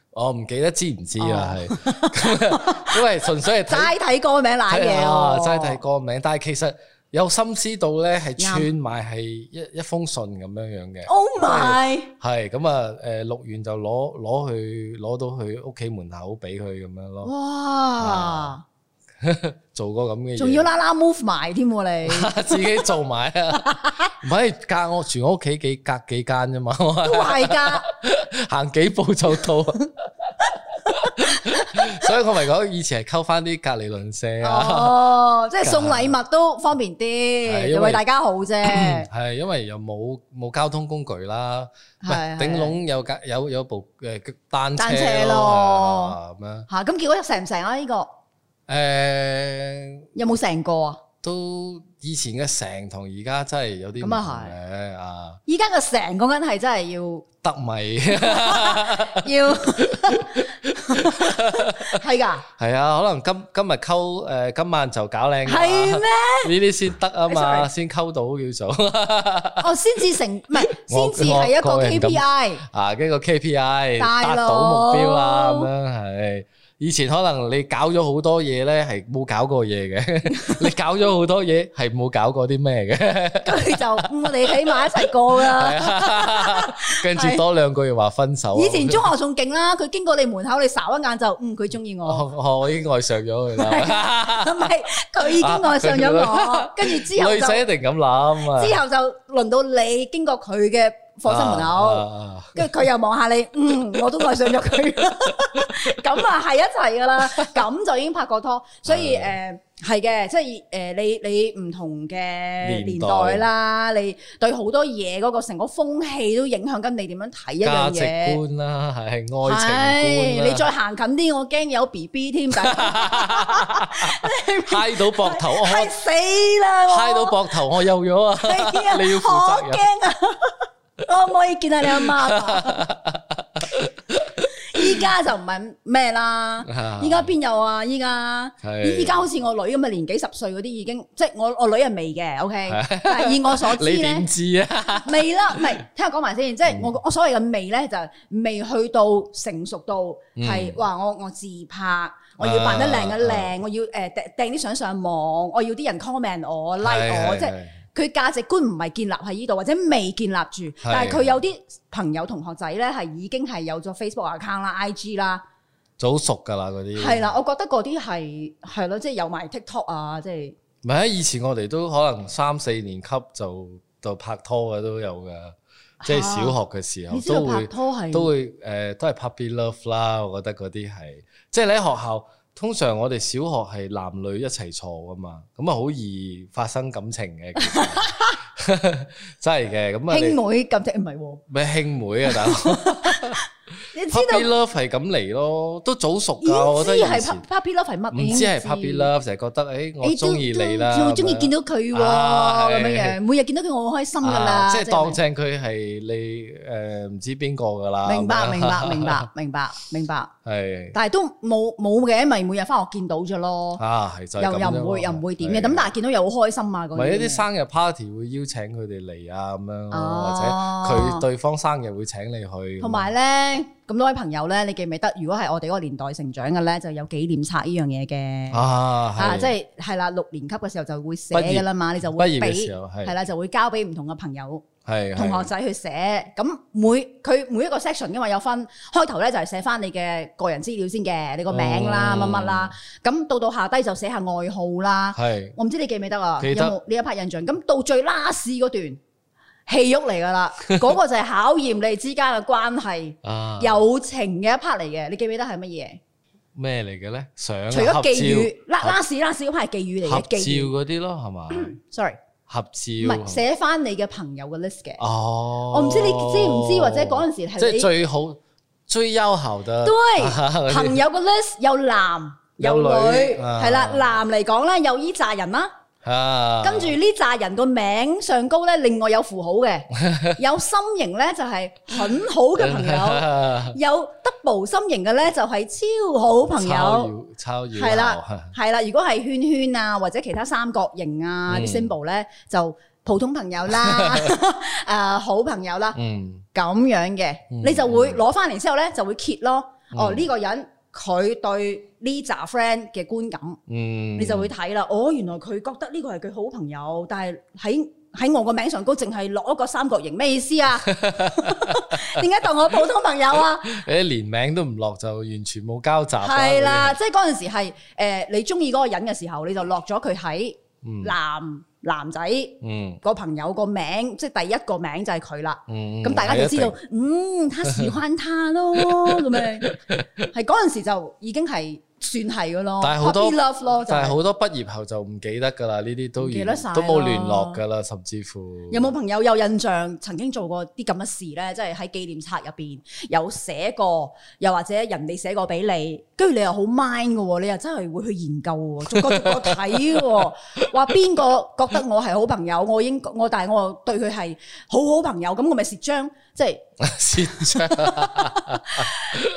我唔記得知唔知啦，係咁啊因為純粹係 睇齋睇歌名攋嘢啊，喎，齋睇歌名，但係其實有心思到咧，係串埋係一一封信咁樣樣嘅。 Oh my！係咁啊，誒錄完就攞攞去攞到佢屋企門口俾佢咁樣咯。哦啊哇！做過咁嘅嘢，仲要啦啦 move 埋添喎你，自己做埋 啊！唔係隔我住我屋企幾隔幾間啫嘛， 我都係㗎。行幾步就到。啊 所以我咪講以前係溝翻啲隔離鄰舍啊，哦，即係送禮物都方便啲，係因為又為大家好 啫。係因為又冇冇交通工具啦，唔係係頂籠有架有有部誒單單車車咯咯係啊嚇咁結果成唔成啊？呢個咁樣誒。有冇成個啊？都以前嘅成同而家真係有啲唔同咁啊係嘅啊，依家個成個人係真係要。得米要係噶， 係啊，可能今今日溝誒今晚就搞靚㗎啦係咩？呢啲先得啊嘛， Sorry 先溝到叫做 哦，先至成唔係，先我至係一個我個人咁 KPI，啊，跟個 KPI 大佬達到目標啦，咁樣係。以前可能你搞咗好多嘢咧，係冇搞過嘢嘅， 你搞咗好多嘢係冇搞過啲咩 嘅，跟住就嗯我哋起碼一齊過啦。 係啊跟住多兩句又話分手啊。以 前中學仲勁啦，佢經過你門口，你睄一眼就嗯佢中意 我，我我已經愛上咗佢啦，唔係佢已經愛上 啊咗我，跟住之後女仔就一定咁諗啊。之後就輪到你經過佢嘅課室門口，啊啊跟住佢又望下你，嗯，我都愛上咗佢， 咁啊係一齊噶啦，咁就已經拍過拖，所以誒係嘅，即係誒你你唔同嘅年代啦，你對好多嘢嗰個成個風氣都影響緊你點樣睇一價樣值嘢。觀啊啦，係愛情係觀你 啦，再行近啲，我驚有 B B 添，但 係揩到膊頭，我係死啦！我揩到膊頭，我有咗啊！係啊你要負責任我驚啊！我可唔可以見下你阿媽 啊？依家就唔係咩啦，啊依家邊有啊？依家係依家好似我女咁嘅年紀十歲嗰啲已經，即係我我女係未嘅，OK 但係以我所知你咧點，知啊？未啦，唔係 聽我講埋先，即係我我所謂嘅未咧，就係未去到成熟到係話我我自拍，我要扮得靚嘅靚，我要誒掟掟啲相上網，我要啲人 comment 我 like 我，即係。佢價值觀唔係建立喺呢度，或者未建立住，但係佢有啲朋友同學仔咧係已經係有咗 Facebook account 啦、IG 啦，早熟噶啦嗰啲。係啦，我覺得嗰啲係係咯，即係有埋 TikTok 啊，即係唔係以前我哋都可能三四年級就就拍拖嘅都有噶，即係小學嘅時候你知道都拍會拖係都會誒、呃都係 puppy love 啦。我覺得嗰啲係即係你喺學校，通常我哋小學係男女一齊坐噶嘛，咁啊好易發生感情 嘅， 其實真係嘅。咁啊兄你妹咁即唔係喎，咩兄妹啊，大佬你知道？puppy love 係咁嚟咯，都早熟已經噶，啊我覺得知以係前 pup- puppy love 係乜，唔已知經係 puppy love，就係覺得誒、欸我你都中意你啦，都好中咁意樣見到佢喎，啊係咁樣樣，每日見到佢我好開心㗎啦，啊即係當係正佢係你誒唔知邊個噶啦。明白明 白明白明白明白，係但係都冇冇嘅，咪每日翻學見到啫咯。啊，係就係咁又又啫唔會嘛又唔會點嘅，係咁但係見到又好開心啊嗰唔啲係嘢。一啲生日 party 會邀請佢哋嚟啊咁樣哦咯，或者佢對方生日會請你去。同埋咧，咁多位朋友咧，你記唔記得？如果係我哋嗰個年代成長嘅咧，就有紀念冊呢樣嘢嘅。啊，啊，係即係係啦，六年級嘅時候就會寫㗎啦嘛，你就畢會業嘅俾時候係係啦，就會交俾唔同嘅朋友、係同學係仔去寫。咁每佢每一個 section 因為有分，開頭咧就係寫翻你嘅個人資料先嘅，你個名啦、嗯乜乜啦。咁到到下低就寫下愛好啦。係我唔知你記唔記得啊？記得有冇呢一 part 印象？咁到最 last 嗰段戲肉嚟噶 啦，嗰個就係考驗你哋之間嘅關係、啊友情嘅一 part 嚟嘅。你記唔記得係乜嘢？咩嚟嘅咧？相啊除咗合寄照語，last last 嗰 part 係寄語合嚟照嘅，寄語。嗰啲咯，係嘛？ sorry，合唔照係寫翻你嘅朋友嘅 list 嘅。哦，我唔知你知唔知，或者嗰陣時即係係你最好最優效的對嗰啲朋友嘅 list 有男有有女，女啊係啦，男嚟講咧有依扎人啦。啊，跟住呢扎人個名上高咧，另外有符 號嘅，有心形咧就係很好嘅 朋友，友，有 double 心形嘅咧就係超好朋友，超越係啦，係啦。如果係圈圈啊或者其他三角形啊嗯啲 symbol 咧，就普通朋友 啦， 誒好朋友啦嗯，咁樣嘅，嗯你就會攞翻嚟之後咧就會揭咯。哦，嗯呢個人佢對呢扎 friend 嘅觀感。嗯，你就會睇啦。哦，原來佢覺得呢個係佢好朋友，但係喺喺我個名上高，淨係落一個三角形，咩意思啊？ 點解當我普通朋友 啊？誒連名都唔落就完全冇交集，係啦，，即係嗰陣時係誒你中意嗰個人嘅時候，你就落咗佢喺嗯男男仔嗯個朋友個名，即係第一個名就係佢啦。嗯，咁大家就知道係一定，嗯，他喜歡他咯， 咁樣係嗰陣時就已經係算係嘅咯但係好多，puppy love 咯，就但係係好多畢業後就唔記得㗎啦，呢啲都唔記完得晒都冇啦聯絡㗎啦，甚至乎有冇朋友有印象曾經做過啲咁嘅事呢？即係喺紀念冊入邊有寫過，又或者人哋寫過俾你，跟住你又好 mind 嘅喎，你又真係會去研究喎，逐個逐個睇嘅喎，話邊個覺得我係好朋友，我應我但係我對佢係好好朋友，咁我咪蝕章，即係 先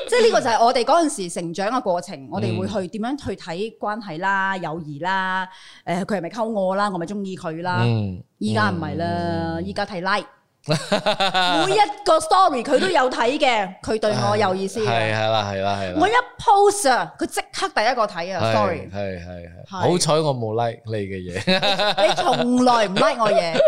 即係呢個就係我哋嗰陣時成長嘅過程，我哋會去點樣去睇關係啦、友誼啦，誒佢係咪溝我啦，我咪中意佢啦。嗯，依家唔係哦啦，依家睇 like，每一個 story 佢都有睇嘅，佢對我有意思嘅。係啊係啦係啦係啦，我一 post 啊，佢即刻第一個睇啊係，sorry，係係係，係好彩我冇 like 你嘅嘢，你從來唔 like 我 嘢，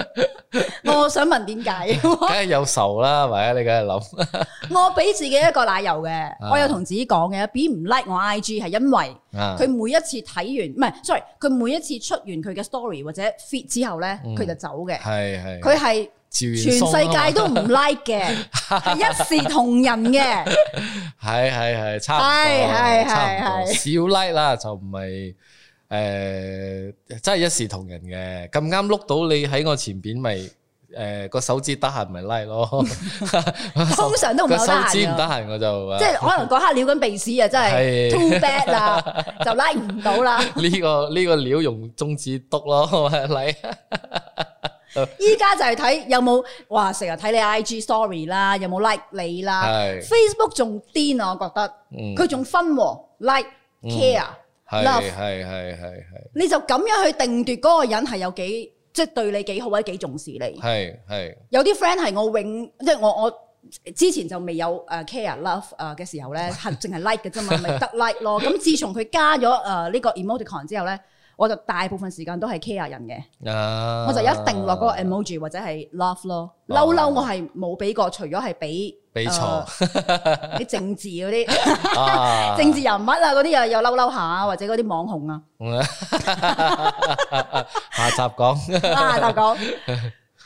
我想問點解？ 梗係有仇啦，或者你梗係諗我俾自己一個奶油嘅，我有同自己講嘅，俾唔 like 我 IG 係因為啊佢每一次睇完，唔係，sorry，佢每一次出完佢嘅 story 或者 fit 之後咧，佢就走嘅。嗯係係佢係趙元全世松啊嘛界都唔 like 嘅，啊係一視同仁嘅。係係係差唔多係係係啦，差唔多係少 like 啦，就唔係誒，真係一視同仁嘅。咁啱碌到你喺我前邊，咪誒個手指得閒咪 like 咯。 通常都唔係 個好手得閒指唔㗎得閒我就即係可能嗰刻撩緊鼻屎啊，真係係 too bad 啦， 就 like 唔到啦。呢個呢個料用中指篤咯， 啊嚟依家就係睇有冇哇，成日睇你 IG story 啦，有冇 like 你啦。係 Facebook 仲癲啊，我覺得嗯佢仲分喎 like care，係 Love 係係係係你就咁樣去定奪嗰個人係有幾即係對你幾好或者幾重視你。係係有啲 friend 係我永即係我我之前就未有誒 care love 誒嘅時 候咧，係淨係 like 嘅啫嘛，咪得 like 咯。咁自從佢加咗誒呢個 emoticon 之後咧，我就大部分時間都係 care 人嘅，啊！我就一定落嗰個 emoji 或者係 love 咯。嬲嬲我係冇俾過，除咗係俾比誒錯 啲政治嗰啲 啊！政治人物啊嗰啲又又嬲嬲下啊，或者嗰啲網紅 啊，嗯 下集講啊大講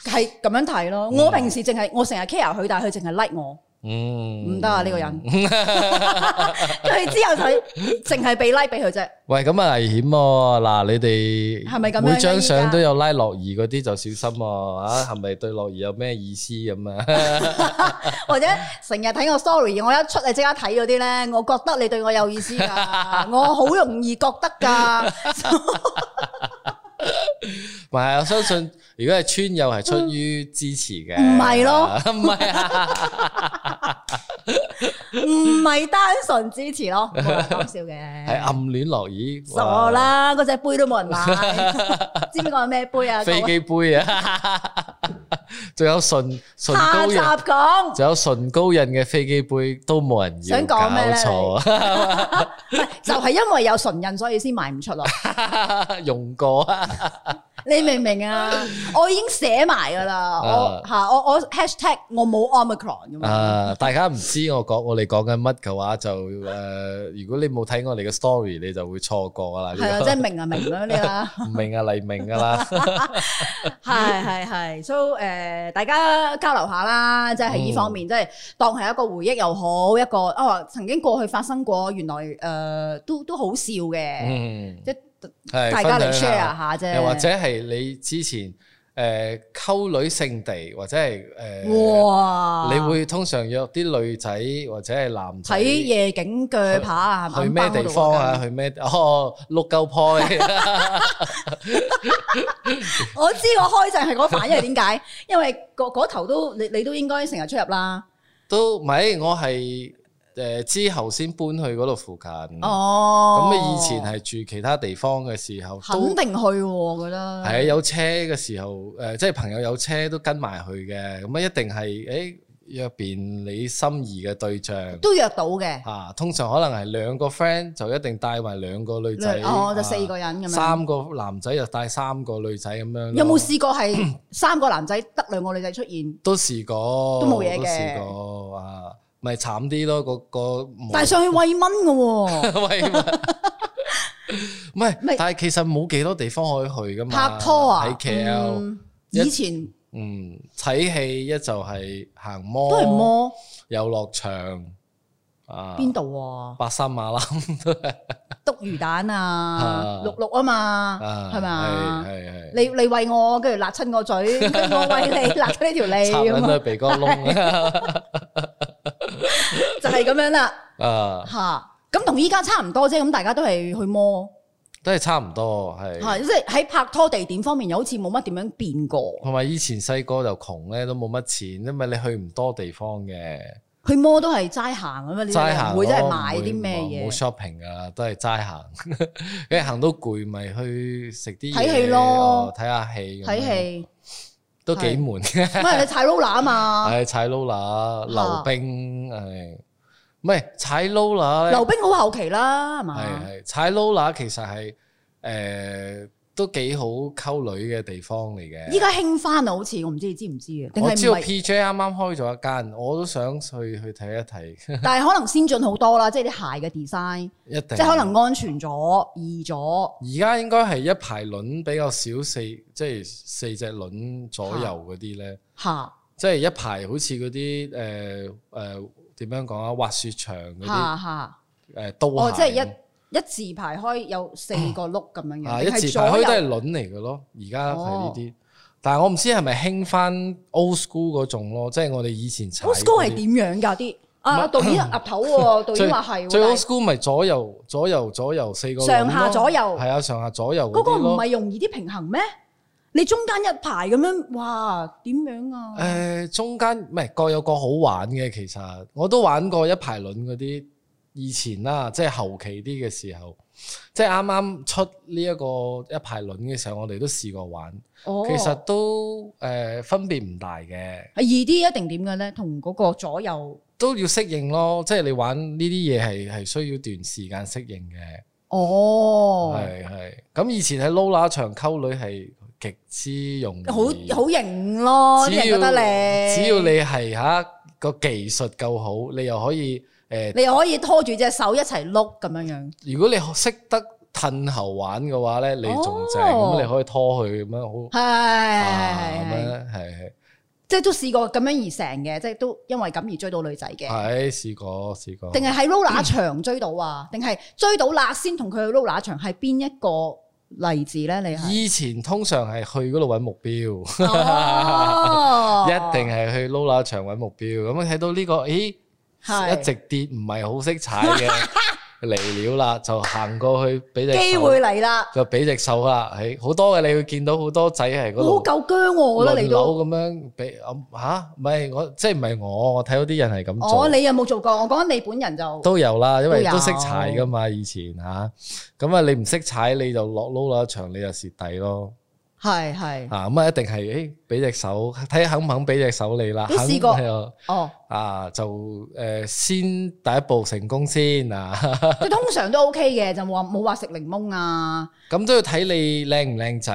係咁樣睇咯。我平時淨係我成日 care 佢，但係佢淨係 like 我。嗯唔得啊！呢、個人，佢之後就淨係俾 like 俾佢啫。喂，咁啊危險喎！嗱，你哋係咪咁樣㗎每張依家相都有拉樂兒嗰啲就小心喎、啊！係咪對樂兒有咩意思咁啊？ 或者成日睇我 story，我一出嚟即刻睇嗰啲咧，我覺得你對我有意思 㗎，我好容易覺得㗎。唔係，我相信如果係村友係出於支持嘅，嗯唔係咯， 唔係啊，唔係單純支持 咯，冇人講笑係啊嘅。暗戀樂 兒，傻啦，嗰只杯都冇人 買，知唔知我係咩杯啊？哇，飛各位機杯啊， 仲有唇唇下膏集印，講。仲有唇膏印嘅飛機杯都冇人要，想講咩咧搞錯啊！唔係就係因為有唇印，所以先賣唔 出咯。用過啊，你明唔明 啊？我已經寫埋㗎啦，我嚇我我 hashtag 我冇 omicron 咁嘛。啊！大家唔知我講我哋講緊乜嘅話，就誒、呃如果你冇睇我哋嘅 story，你就會錯過啦。呢 個係啊，即係明啊明嗰啲啦，唔明啊，黎明 噶啦，係係係，so 誒大家交流下啦，即係嗯喺呢方面，即係當係一個回憶又好，一個啊曾經過去發生過，原來誒都都好笑嘅，嗯，即係係大家嚟分 share 享下啫。又或者係你之前誒溝、女勝地，或者係誒，哇，你會通常約啲女仔或者係男仔睇夜景鋸扒啊，去咩地方啊？？去咩 哦碌鳩坡我知我開陣係嗰反，因為點解？因為嗰嗰頭都你你都應該成日出入啦。 都唔係，我係誒、之後先搬去嗰度附近。哦，嗯咁你以前係住其他地方嘅時候，肯都定去喎，我覺得係啊有車嘅時候，誒、即係朋友有車都跟埋去嘅，咁啊一定係誒、約邊你心儀嘅對象都約到嘅，啊，通常可能係兩個 friend 就一定帶埋兩個女仔，哦，就啊四個人咁樣。三個男仔就帶三個女仔咁樣咯，有冇試過 係三個男仔得兩個女仔出現？都試過，都冇嘢嘅都試過啊，咪慘啲咯，個個冇但係上去喂蚊嘅 喎， 喂，唔咪係，但係其實冇幾多地方可以去噶嘛。拍拖啊喺 KL，嗯一以前嗯，睇戲一就係行摩，都係摸遊樂場啊，邊度啊？白山馬欄都係篤魚蛋啊啊，綠綠啊嘛，啊，係嘛？係係係，你你喂我，跟住辣親我 嘴，跟住我喂你，辣親呢條脷插咁撚啊到，鼻哥 窿 就係咁樣啦啊，嚇。咁同依家差唔多啫，咁大家都係去摸。都係差唔多係。係，即係喺拍拖地點方面，又好似冇乜點樣變過。同埋以前細個就窮咧，都冇乜錢，因為你去唔多地方嘅，佢摸都係齋行咁樣，啊你齋哋行唔會真係咯買啲咩 唔會冇嘢？ shopping 噶，都係齋行。 跟住行到攰，咪去食啲嘢睇戲咯哦睇下戲咁樣，睇戲，都幾悶 嘅。因為你踩 roller 啊嘛，係踩啊 Lola、溜冰係，唔係踩 Lola 啊溜冰好後期啦，係嘛？係係踩 Lola 其實係誒都幾好溝女嘅地方嚟嘅。依家興翻啦，好似我唔知你知唔知啊？定我係知道唔係？ P J 啱啱開咗一間，我都想去去睇一睇， 但係可能先進好多啦，即係啲鞋嘅 design，一定。即係可能安全咗、易咗。而家應該係一排輪比較少四，即係四隻輪左右嗰啲咧，嚇即係一排好似嗰啲誒誒點樣講啊，滑雪場嗰啲嚇嚇，誒刀哦，即係鞋咁一一字排開有四個碌咁樣樣，啊，一定係字排開左都右哦係輪嚟嘅咯。而家係呢啲，但係我唔知係咪興翻 old school 嗰種咯，即係我哋以前踩 old school 嗰係啲點樣㗎啲？啊，導演岌頭喎，導演話係 最喎 old，school 咪左右左右左右四個上下輪咯左右係啊，上下左右但係嗰嗰個啲唔咯。係容易啲平衡咩？你中間一排咁樣，哇，點樣啊？誒、呃中間唔係各有各好玩嘅，其實我都玩過一排輪嗰啲，以前啦，即係後期啲嘅時候，即係啱啱出呢一個一排輪嘅時候，我哋都試過玩，哦其實都誒、呃分別唔大嘅，係易啲一定點嘅咧？同嗰個左右都要適應咯，即係你玩呢啲嘢係係需要段時間適應嘅。哦，係係，咁以前喺 Lola 場溝女係極之容易，好好型咯，啲只人覺要得你，只要你係吓個技術夠好，你又可以诶、你可以拖住隻手一齊碌咁樣樣，如果你識得褪後玩嘅話咧，你仲正，哦咁、你可以拖佢咁樣好啊咁係樣係即係都試過咁樣而成嘅，即係都因為咁而追到女仔嘅。係試過試過，定係喺 roller 場追到啊？定係追到啦先同佢去 roller 場？係邊一個例子咧？你係以前通常係去嗰度揾目 標。哦一定係去 Lola 場揾目標，咁睇到呢、個，咦，係一直跌唔係好識踩 嘅嚟了啦，就行過去俾隻手機會嚟啦！就俾隻手啦，誒好多嘅，你會見到好多仔係嗰我好度夠僵喎，我覺得輪你都。流咁樣俾啊嚇，唔係我即係唔係我，我睇到啲人係咁哦，做。你有冇做過？我講緊你本人就都有啦，因為都有都識踩噶嘛，以前嚇，咁啊你唔識踩你就落 Lola 場，你就蝕底咯。係係啊咁啊一定係誒俾隻手，睇下肯唔肯俾隻手你啦。你肯試過係啊哦，啊，就誒、呃先第一步成功先啊， 即係通常都 OK 嘅，就冇話冇話食檸檬啊，咁都要睇你靚唔靚 仔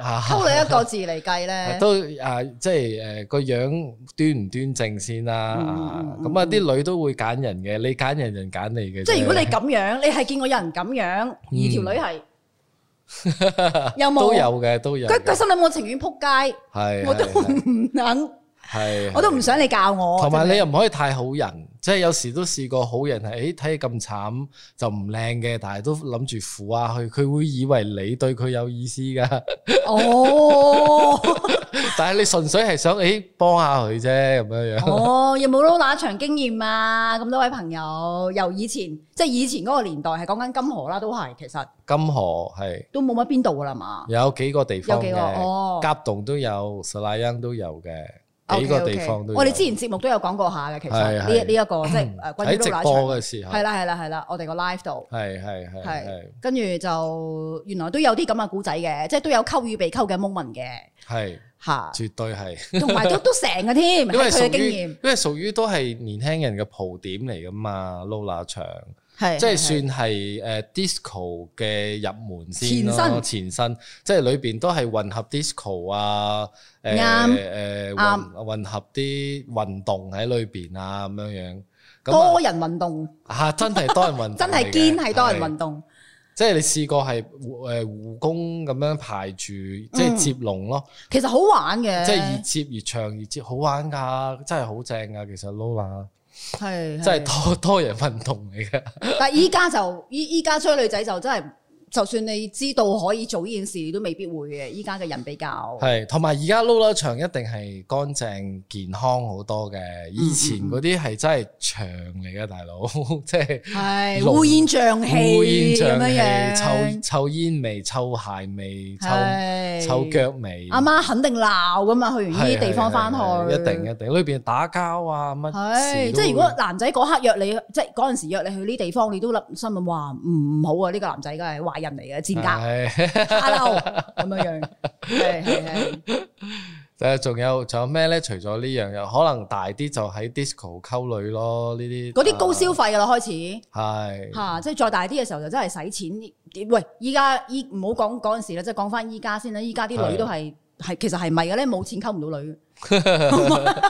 啊溝你一個字嚟計咧。 都啊，即係誒個樣端唔端正先啦、嗯嗯啊嗯嗯咁啊，啲女都會揀人嘅，你揀人，人揀你嘅啫。即係如果你咁樣，你係見過有人咁樣，而條 女係有冇都有嘅，都有嘅。佢佢心諗我情願撲街，係我都係唔肯。係，係我都唔。想你教我。同埋你真係又唔可以太好人，即係有時都試過好人係，誒睇你咁慘就唔靚嘅，但係都諗住扶下佢，佢會以為你對佢有意思㗎。 哦但係你純粹係想誒幫下佢啫咁樣 樣，哦，有冇撈乸場經驗啊？咁多位朋友，由以前即係以前嗰個年代係講緊金河啦，都係其實金河係都冇乜邊度噶啦嘛。有幾個地方有幾嘅，個哦甲洞都有，實拉恩都有嘅，幾 OK，OK 個地方都有。我哋之前節目都有講過下嘅，其實係呢係嗯呢一個即係誒關於喺撈直乸播場，嘅時候，係啦係啦係啦，我哋個 live 度。係係係係係，跟住就原來都有啲咁嘅古仔嘅，即係都有溝與被溝嘅 moment 嘅係 嚇，絕對係，同埋都都成嘅添，因喺佢為嘅屬經於驗因為屬於都係年輕人嘅蒲點嚟噶嘛，Lola 場，係即係係算係誒 disco 嘅入門先前身咯，前身即係裏邊都係混合 disco 啊，誒啱誒啱混混合啲運動喺裏邊啊咁樣樣，咁多人運動。啊啊真係多人運動嚟嘅，真係堅係多人係運動，即係你試過係誒護工咁樣排住，嗯即係接龍咯，其實好玩嘅，即係越接越長，越接好玩㗎，真係好正㗎。其實 Lola 係真係多多人運動嚟嘅，但係依家就依依家追女仔就真係，就算你知道可以做呢件事，你都未必會嘅。依家嘅人比較係同埋而家 Lola 場一定係乾淨健康好多嘅，以前嗯嗰啲係真係長嚟嘅，大佬 即係。係濃烏煙瘴烏煙氣咁樣瘴氣、臭樣，臭煙味、臭鞋味、臭係臭腳味，阿媽肯定鬧噶嘛，去完呢係啲地方係翻係去一定一定，裏邊打交啊乜係事都即係如果會男仔嗰刻約你，即係嗰陣時約你去呢地方，你都諗心諗哇唔唔好啊！呢個男仔梗係壞啊人嚟嘅，賤格係 hello 咁樣樣，係係係。誒，仲有仲有咩咧？除咗呢樣嘢，可能大啲就喺 disco 溝女咯，呢啲啊嗰啲高消費噶啦，開始係嚇、即係再大啲嘅時候就真係使錢。喂，依家依唔好講嗰陣時啦，即係講翻依家先啦。依家啲女都係係其實係咪嘅咧？冇錢溝唔到女嘅，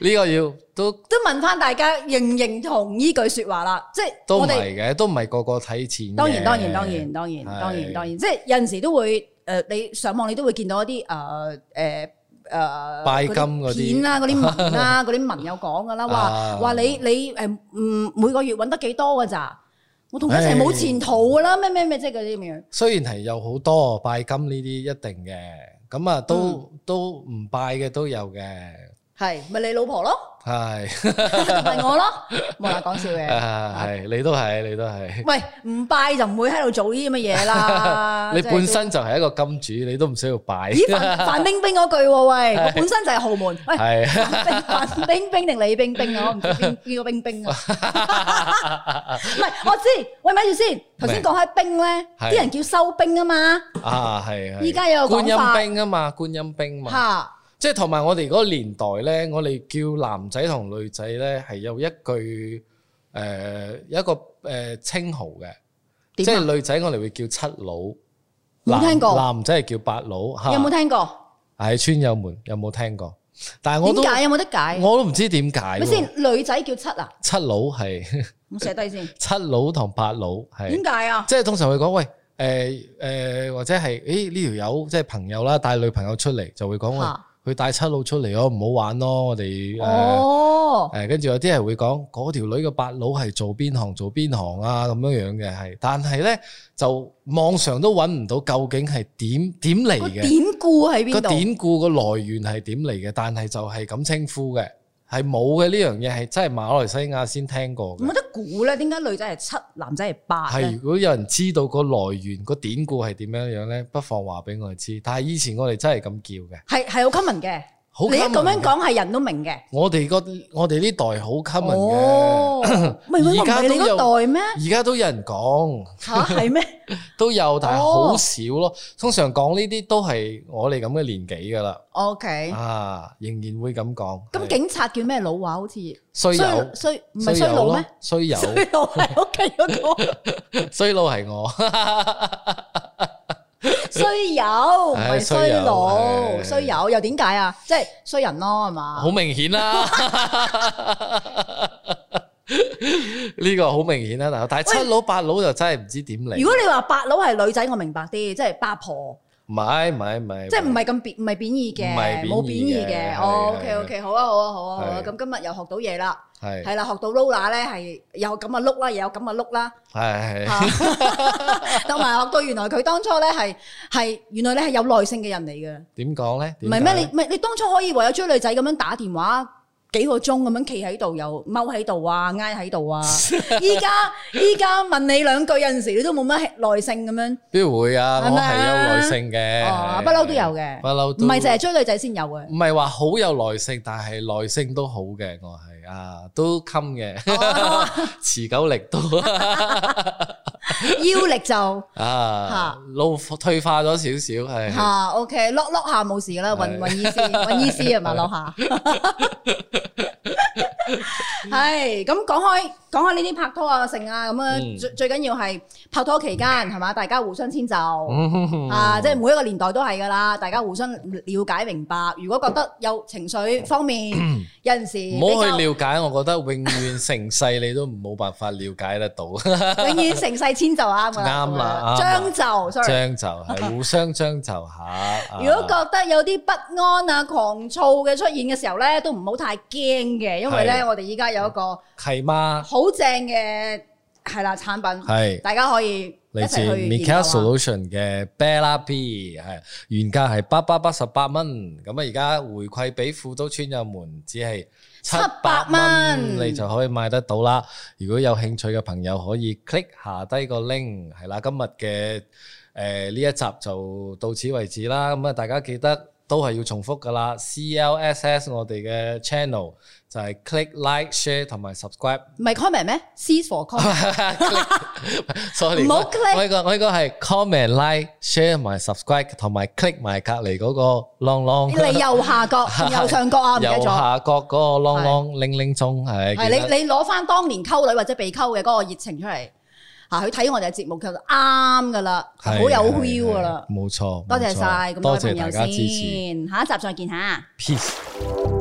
呢個要都都問翻大家認唔認同呢句説話啦。即係都唔我哋係嘅，都唔係個個睇錢嘅。當然當然當然當然當然當然，即係有陣時都會誒、呃你上網你都會見到一啲誒誒誒拜金嗰啲片啦、嗰啲文 啦、嗰啲文有講噶啦，話啊話你你誒嗯每個月揾得幾多噶咋？我同佢一齊冇唉前途噶啦，咩咩咩即係嗰啲咁樣。雖然係有好多拜金呢啲一定嘅，咁啊都、嗯都唔拜嘅都有嘅，係咪你老婆咯？係咪我咯？冇啦，講笑嘅。啊係你都係你都係，喂，唔拜就唔會喺度做呢啲咁嘅嘢啦。 你啊即係都本身就係一個金主，你都唔需要拜，咦范范冰冰嗰句喎， 喂，我本身就係豪門。喂，係范冰范冰冰定李冰冰啊？我唔 知邊邊個冰冰啊？唔係，我知。喂，咪住先。頭先講開冰咧，係啲人叫收兵啊嘛。啊係係。依家有個觀講法音兵啊嘛，觀音兵嘛。嚇，即係同埋我哋嗰個年代咧，我哋叫男仔同女仔咧係有一句誒、ờ, 呃有一個誒、呃、稱號嘅，即點啊？係女仔我哋會叫七佬，冇男聽過男仔係叫八佬嚇。有冇聽過？係村友們有冇聽過？但係我都點解有冇得解？我都唔知點解咪喎。先，女仔叫七啊，七佬 係我寫低先。七佬同八佬係點，解啊？即係通常會講喂。誒誒、呃或者係誒呢條友即係朋友啦，帶女朋友出嚟就會講嚇喂，佢帶七佬出嚟咯，唔好玩咯，我哋誒。呃哦。誒，跟住有啲人會講嗰條女嘅八佬係做邊行做邊行啊咁樣樣嘅係，但係咧就網上都揾唔到究竟係點點嚟個嘅，典故喺邊個度？典故個來源係點嚟嘅，但係就係咁稱呼嘅，係冇嘅呢樣嘢係真係馬來西亞先聽過冇嘅，得估咧，點解女仔係七，男仔係八係咧？如果有人知道個來源個典故係點樣樣咧，不妨話俾我哋知。但係以前我哋真係咁叫嘅，係係好 common 嘅。好你一 common 咁樣嘅講係人都明嘅。我哋個我哋呢代好 common 嘅，哦，咪咪唔而家係你都有嗰代咩？而家都有人講。吓係咩？ 都有，但係哦好少咯。通常講呢啲都係我哋咁嘅年紀噶啦， O K，啊，仍然會咁講。哦咁係警察叫咩佬話？好似衰友，衰唔係衰衰佬佬咩？？衰友， 衰 佬係屋企嗰個衰佬係我，衰友，唔係係衰佬，衰友係衰友又點解啊？即係衰人咯，係嘛好？明顯啦。 呢個好明顯啦，但係但係七佬八佬就真係唔知點如嚟。果你話八佬係女仔，我明白啲，即係八婆，唔係唔係唔係，即係唔係咁貶，唔係貶義嘅唔係貶義，嘅冇貶義嘅。係哦係 Ờ, OK OK，好啊好啊好啊好啊，係咁今日又學到嘢啦。係係啦，學到 Lola 咧係有咁嘅碌啦，又有咁嘅碌啦，係啊係嚇同埋學到原來佢當初咧係係原來你係有耐性嘅人嚟嘅，點講咧？唔點係咩？解你唔係你當初可以為咗追女仔咁樣打電話幾個鐘咁樣企喺度，又踎喺度啊，挨喺度啊，依家依家問你兩句有陣時你都冇乜耐性咁樣，邊會啊？係我咪係有啊耐性嘅，哦係不嬲都有嘅不嬲唔都係淨係追女仔先有嘅。唔係話好有耐性，但係耐性都好嘅，我係啊，都襟 Ờ, 嘅， 哦持久力 都腰力就啊，老退化咗少少係。嚇 OK，落落下冇事啦，揾係揾醫 師，揾醫師係嘛，落下。係咁講開講開呢啲拍拖啊、成啊咁樣，嗯最最緊要係拍拖期間係嘛，大家互相遷就。嗯啊！即係每一個年代都係噶啦，大家互相了解明白。如果覺得有情緒 方面有陣時唔比好較去了解，我覺得永遠成世你都冇辦法了解得 到，永遠成世遷就啱噶啦，啱啦將就，sorry。將就係互相將就下。啊如果覺得有啲不安啊、狂躁嘅出現嘅時候咧，都唔好太驚嘅，因為咧係我哋依家有一個契媽好正嘅係啦產品，係大家可以一嚟自齊去 m i 研 k 究 a 啊 Solution 嘅 Bella B 係原價係八百八十八蚊，咁啊而家回饋俾富都村友們只係700蚊你就可以買得到啦。如果有興趣嘅朋友可以 click 下低個 link 呃係啦。今日嘅誒呢一集就到此為止啦。咁啊大家記得都係要重複噶啦。CLSS 我哋嘅 channel 就係 click like share 同埋 subscribe。唔係 comment 咩？C for comment， sorry，唔好我 click 我呢個我呢個係 comment like share 同埋 subscribe 同埋 click 埋隔離嗰個 long 你 long 右下角、右上角啊，唔記得咗。右下角嗰個 long long 鈴鈴鐘係係記得你你攞翻當年溝女或者被溝嘅嗰個熱情出嚟嚇，佢睇我哋嘅節目就啱噶啦，好係有係 feel 噶啦係。冇錯，多謝冇錯晒咁多多位謝朋大友家支持先，下一集再見嚇。 ，peace。